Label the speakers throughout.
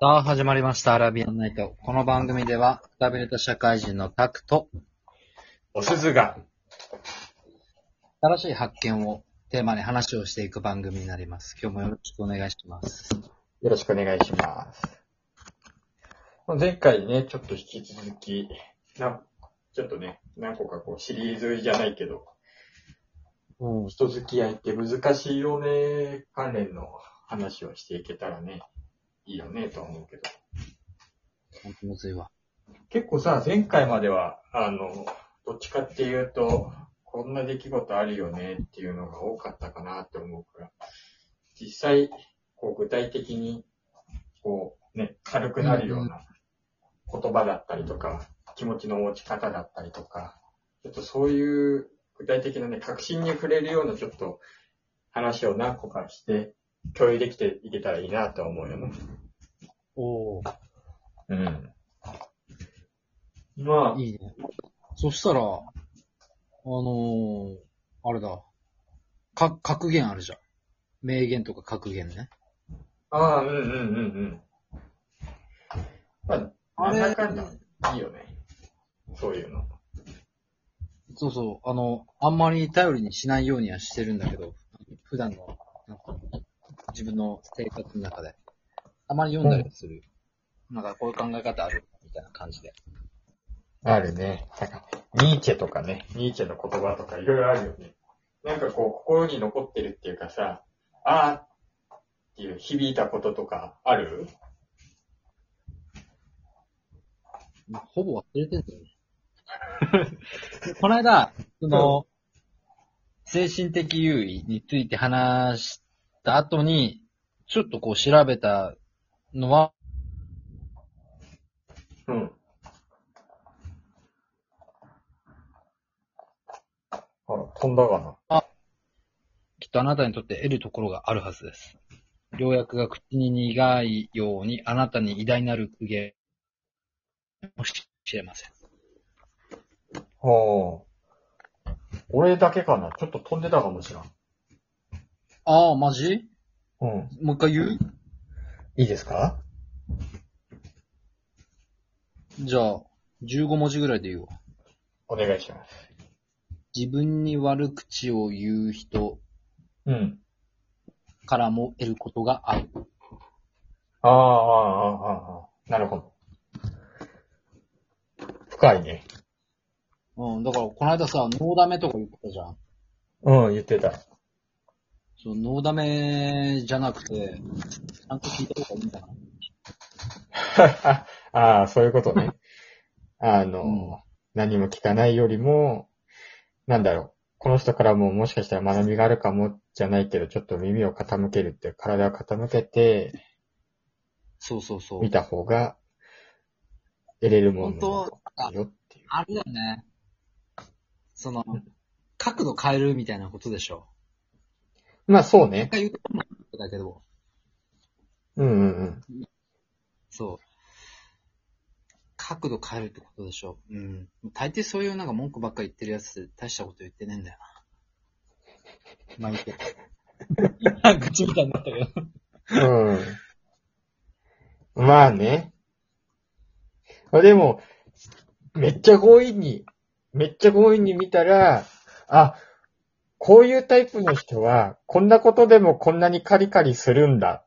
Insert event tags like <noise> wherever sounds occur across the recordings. Speaker 1: さあ、始まりました。アラビアンナイト。この番組では、くたびれた社会人のタクと、
Speaker 2: おすずが、
Speaker 1: 新しい発見をテーマに話をしていく番組になります。今日もよろしくお願いします。
Speaker 2: よろしくお願いします。前回ね、ちょっと引き続き、なちょっとね、何個かこうシリーズじゃないけど、
Speaker 1: うん。
Speaker 2: 人付き合いって難しいよね、関連の話をしていけたらね、いいよね、とは思うけど。
Speaker 1: 本当むずいわ。
Speaker 2: 結構さ、前回までは、あの、どっちかっていうと、こんな出来事あるよねっていうのが多かったかなって思うから、実際、こう具体的に、こうね、軽くなるような言葉だったりとか、気持ちの持ち方だったりとか、ちょっとそういう具体的なね、確信に触れるようなちょっと話を何個かして、共有できていけたらいいなとは思うよね。
Speaker 1: おお、
Speaker 2: うん。まあ、
Speaker 1: いいね。そしたら、あのー、あれだ。か、格言あるじゃん。名言とか格言ね。
Speaker 2: ああ、うんうんうんうん。まあ、なんだかんだ、いいよね。そういうの。
Speaker 1: そうそう。あの、あんまり頼りにしないようにはしてるんだけど、普段の、なんか、自分の生活の中で。あまり読んだりする。なんか、こういう考え方あるみたいな感じで。
Speaker 2: あるね。なんか、ニーチェとかね、ニーチェの言葉とかいろいろあるよね。なんかこう、心に残ってるっていうかさ、ああっていう響いたこととかある
Speaker 1: ほぼ忘れてんだよ <laughs> ね。この間、その、精神的優位について話した後に、ちょっとこう調べたのは、
Speaker 2: うん。あら、飛んだかな。
Speaker 1: きっとあなたにとって得るところがあるはずです。良薬が口に苦いようにあなたに偉大なる苦言もしれません。
Speaker 2: はあ。俺だけかな。ちょっと飛んでたかもしらん。
Speaker 1: ああ、マジ
Speaker 2: うん。
Speaker 1: もう一回言う
Speaker 2: いいですか
Speaker 1: じゃあ、15文字ぐらいで言うわ。
Speaker 2: お願いします。
Speaker 1: 自分に悪口を言う人
Speaker 2: うん。
Speaker 1: からも得ることがある。
Speaker 2: ああ、ああ、ああ、なるほど。深いね。
Speaker 1: うん、だから、この間さ、ノーダメとか言ってたじゃん。
Speaker 2: うん、言ってた。 <laughs>
Speaker 1: そう、ノーダメじゃなくて、ちゃんと聞いた方がいいんだな。
Speaker 2: ああ、そういうこと <laughs> ね。あの、
Speaker 1: うん
Speaker 2: 何も聞かないよりも、なんだろう。この人からももしかしたら学びがあるかもじゃないけど、ちょっと耳を傾けるっていう、体を傾けて
Speaker 1: そうそうそう
Speaker 2: 見。た方が、得れるも
Speaker 1: 本
Speaker 2: のが
Speaker 1: 当、あ
Speaker 2: あるよっていう。
Speaker 1: あれだよね。その、角度変えるみたいなことでしょ。
Speaker 2: まあそうね
Speaker 1: 一。回言うともだけど、
Speaker 2: うんうんうん。
Speaker 1: そう。角度変えるってことでしょ。うん。大抵そういうなんか文句ばっかり言ってるやつって大したこと言ってねえんだよな。まあ言って。愚痴みたいに <laughs> なったけど。
Speaker 2: うん。まあね。まあでも、めっちゃ強引に、めっちゃ強引に見たら、あ、こういうタイプの人は、こんなことでもこんなにカリカリするんだ。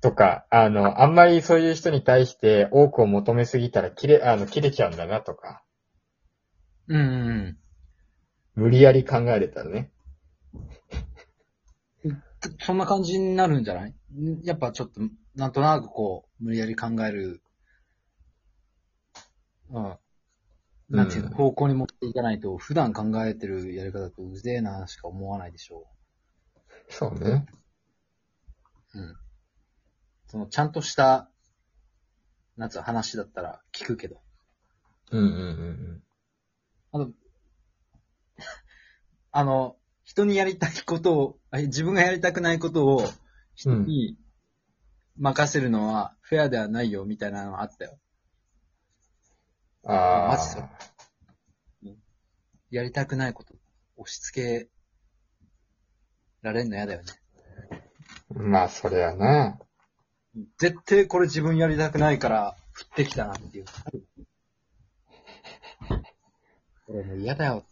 Speaker 2: とか、あの、あんまりそういう人に対して多くを求めすぎたら切れ、あの、切れちゃうんだなとか、
Speaker 1: うんうん
Speaker 2: 無理やり考えれたね。
Speaker 1: うん。そんな感じになるんじゃないんやっぱちょっと、なんとなくこう、無理やり考える、うん。なんていうの、
Speaker 2: うん
Speaker 1: 方向に持っていかないと、普段考えてるやり方だとうぜえなしか思わないでしょう。
Speaker 2: そうね。
Speaker 1: うん。その、ちゃんとした、なんつうの話だったら聞くけど。
Speaker 2: うんうんうん
Speaker 1: あの、人にやりたいことを、あ自分がやりたくないことを、人に任せるのはフェアではないよ、みたいなのあったよ。
Speaker 2: うん。ああ。
Speaker 1: マジそれやりたくないこと、押し付けられんの嫌だよね。
Speaker 2: まあ、それはな。
Speaker 1: 絶対これ自分やりたくないから、振ってきたな <laughs> っていう。これもう嫌だよ。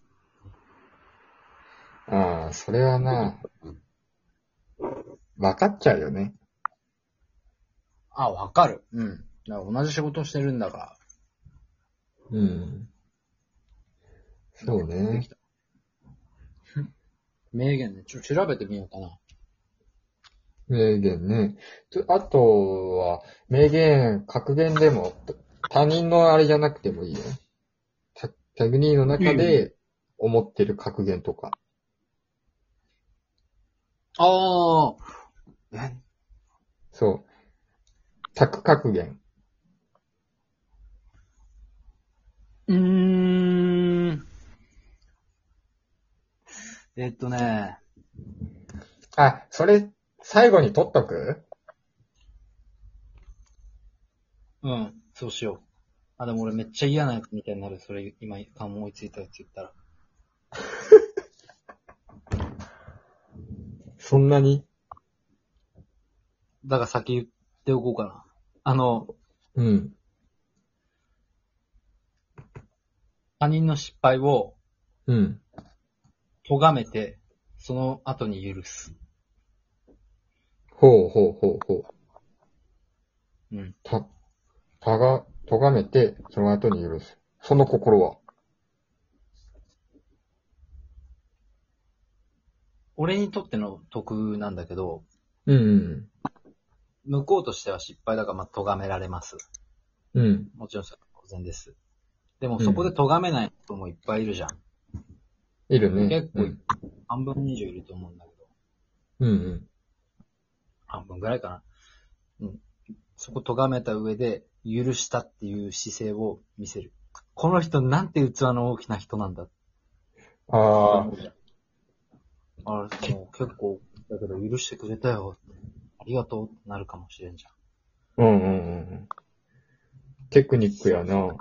Speaker 2: ああ、それはな、分かっちゃうよね。
Speaker 1: あ、わかる。うん。だから同じ仕事をしてるんだから。
Speaker 2: うん。そう
Speaker 1: で
Speaker 2: ね
Speaker 1: き。た。 <laughs> 名言ね。ちょ、調べてみようかな。
Speaker 2: 名言ね。ちょあとは、名言、格言でも、他人のあれじゃなくてもいいよ。た他人の中で思ってる格言とか。
Speaker 1: ああ。
Speaker 2: そう。宅格言。
Speaker 1: うーん。えっとね。
Speaker 2: あ、それ、最後に取っとく
Speaker 1: うん。そうしよう。あ、でも俺めっちゃ嫌なやつみたいになる。それ今、今思いついたやつ言ったら。
Speaker 2: そんなに
Speaker 1: だから先言っておこうかな。あの、
Speaker 2: うん。
Speaker 1: 他人の失敗を
Speaker 2: うん。
Speaker 1: 咎めて、その後に許す。
Speaker 2: ほうほうほうほう。
Speaker 1: うん。
Speaker 2: た、たが、とがめて、その後に許す。その心は。
Speaker 1: 俺にとっての得なんだけど、
Speaker 2: うん、
Speaker 1: 向こうとしては失敗だから、まあ、咎められます。
Speaker 2: うん。うん。
Speaker 1: もちろんそれは当然です。でもそこで咎めない人もいっぱいいるじゃん。
Speaker 2: いるね。
Speaker 1: 結構
Speaker 2: う
Speaker 1: い
Speaker 2: ん。
Speaker 1: 半分以上いると思うんだけど。
Speaker 2: うん、
Speaker 1: 半分ぐらいかな。うん。そこ咎めた上で、許したっていう姿勢を見せる。この人なんて器の大きな人なんだ。
Speaker 2: うん。ああ、
Speaker 1: あれ、もう結構、だけど許してくれたよ。ありがとうってなるかもしれんじゃ
Speaker 2: うんうんうんうん。テクニックやな。
Speaker 1: ん。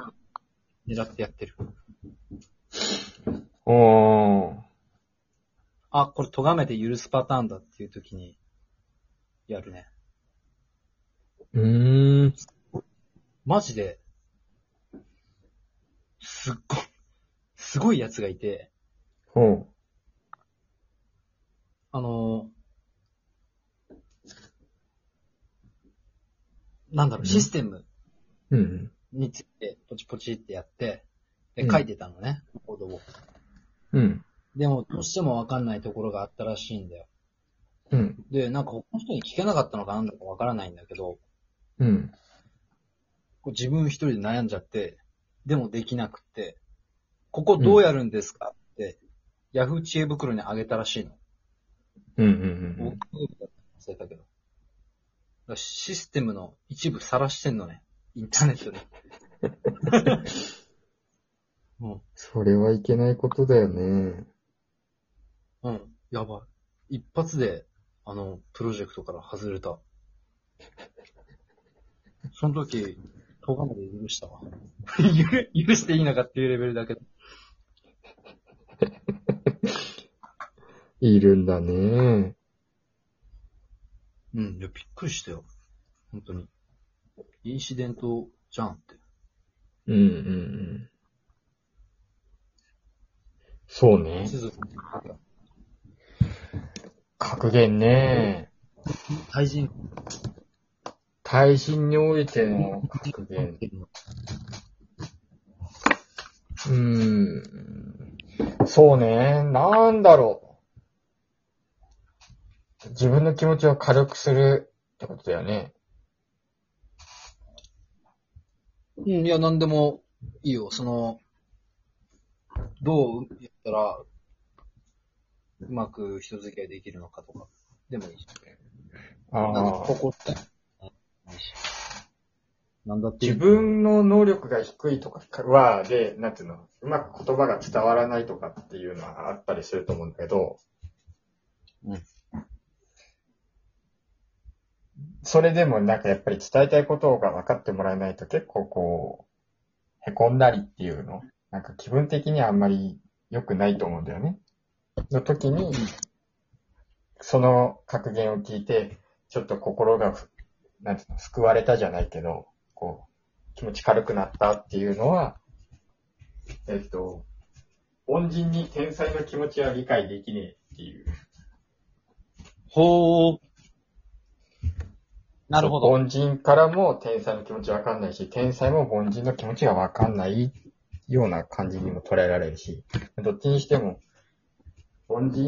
Speaker 1: 狙ってやってる。
Speaker 2: うん。
Speaker 1: あ、これ咎めて許すパターンだっていう時に、やるね。
Speaker 2: うーん。
Speaker 1: マジで、すっごい、すごいやつがいて、
Speaker 2: ほう。
Speaker 1: あのーなんだろう、
Speaker 2: うん
Speaker 1: システム
Speaker 2: うん。
Speaker 1: について、ポチポチってやって、
Speaker 2: う
Speaker 1: で、
Speaker 2: ん
Speaker 1: 書いてたのね、コードを。
Speaker 2: うん。
Speaker 1: でも、どうしてもわかんないところがあったらしいんだよ。
Speaker 2: うん。
Speaker 1: で、なんか他の人に聞けなかったのかなんだかわからないんだけど、
Speaker 2: うん。
Speaker 1: こう自分一人で悩んじゃって、でもできなくて、ここどうやるんですかって、ヤフー知恵袋にあげたらしいの。
Speaker 2: うん。うん。
Speaker 1: 大きいだったか忘れたけど。だからシステムの一部晒してんのね。インターネットに。も
Speaker 2: それはいけないことだよね。
Speaker 1: う、うん、やばい。一発で、あの、プロジェクトから外れ <laughs> た。その時、咎めで許したわ。 <laughs> 許許していいのかっていうレベルだけど。
Speaker 2: いるんだね。
Speaker 1: うん、いや、びっくりしたよ。本当に。インシデントじゃんって。
Speaker 2: うん。うん。うん。そうね。
Speaker 1: 地図
Speaker 2: 格言ね。
Speaker 1: 対人
Speaker 2: 耐震においての格言。うーん。そうね。なんだろう。自分の気持ちを軽くするってことだよね。
Speaker 1: うん、いや、なんでもいいよ。その、どうやったら、うまく人付き合いできるのかとか、でもいいし。なんか
Speaker 2: あ
Speaker 1: ここって、なんだっていい
Speaker 2: 自分の能力が低いとかは、で、なんていうの、うまく言葉が伝わらないとかっていうのはあったりすると思うんだけど、
Speaker 1: うん
Speaker 2: それでもなんかやっぱり伝えたいことが分かってもらえないと結構こう、へこんだりっていうの、なんか気分的にはあんまり良くないと思うんだよね。の時に、その格言を聞いて、ちょっと心がふなんていうの、救われたじゃないけど、こう、気持ち軽くなったっていうのは、えっと、恩人に天才の気持ちは理解できねえっていう。
Speaker 1: ほう。なるほど。
Speaker 2: 凡人からも天才の気持ちわかんないし、天才も凡人の気持ちがわかんないような感じにも捉えられるし、どっちにしても、凡人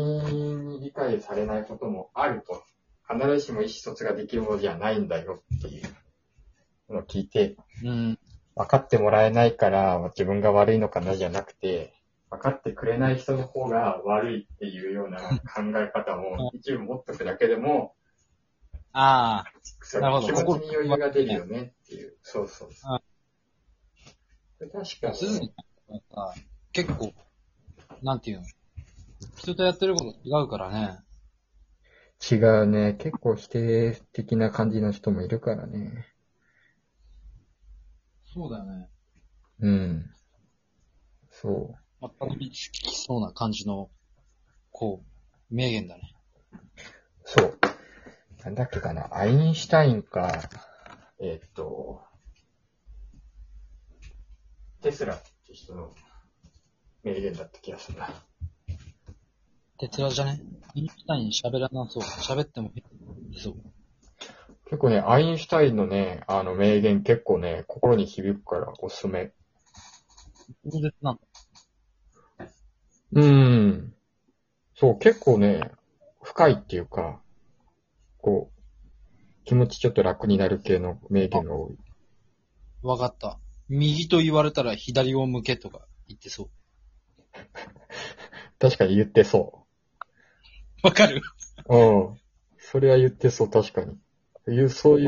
Speaker 2: に理解されないこともあると、必ずしも意思疎通ができるものじゃないんだよっていうのを聞いて、
Speaker 1: うん。
Speaker 2: 分かってもらえないから自分が悪いのかなじゃなくて、分かってくれない人の方が悪いっていうような考え方を一部持っとくだけでも、
Speaker 1: ああ、
Speaker 2: そ
Speaker 1: なるほど
Speaker 2: 気持ちに余裕が出るよねっていう。そうそうそう。確か
Speaker 1: 鈴
Speaker 2: に、
Speaker 1: 木さん結構、なんていうの人とやってること違うからね。
Speaker 2: 違うね。結構否定的な感じの人もいるからね。
Speaker 1: そうだよね。
Speaker 2: うん。そ
Speaker 1: 全く見つきそうな感じの、こう、名言だね。
Speaker 2: う。そう。なんだっけかな。アインシュタインか、えーっと、テスラって人の名言だった気がするな。
Speaker 1: 哲学じゃねインスタイン喋らなそう。喋ってもへそう。
Speaker 2: 結構ね、アインシュタインのね、あの名言結構ね、心に響くからおすすめ。
Speaker 1: 超絶なんだ。
Speaker 2: うん。そう、結構ね、深いっていうか、こう、気持ちちょっと楽になる系の名言が多い。
Speaker 1: わかった。右と言われたら左を向けとか言ってそう。
Speaker 2: 確かに言ってそ
Speaker 1: わかる
Speaker 2: う。うん。それは言ってそう、確かに。いう、そういう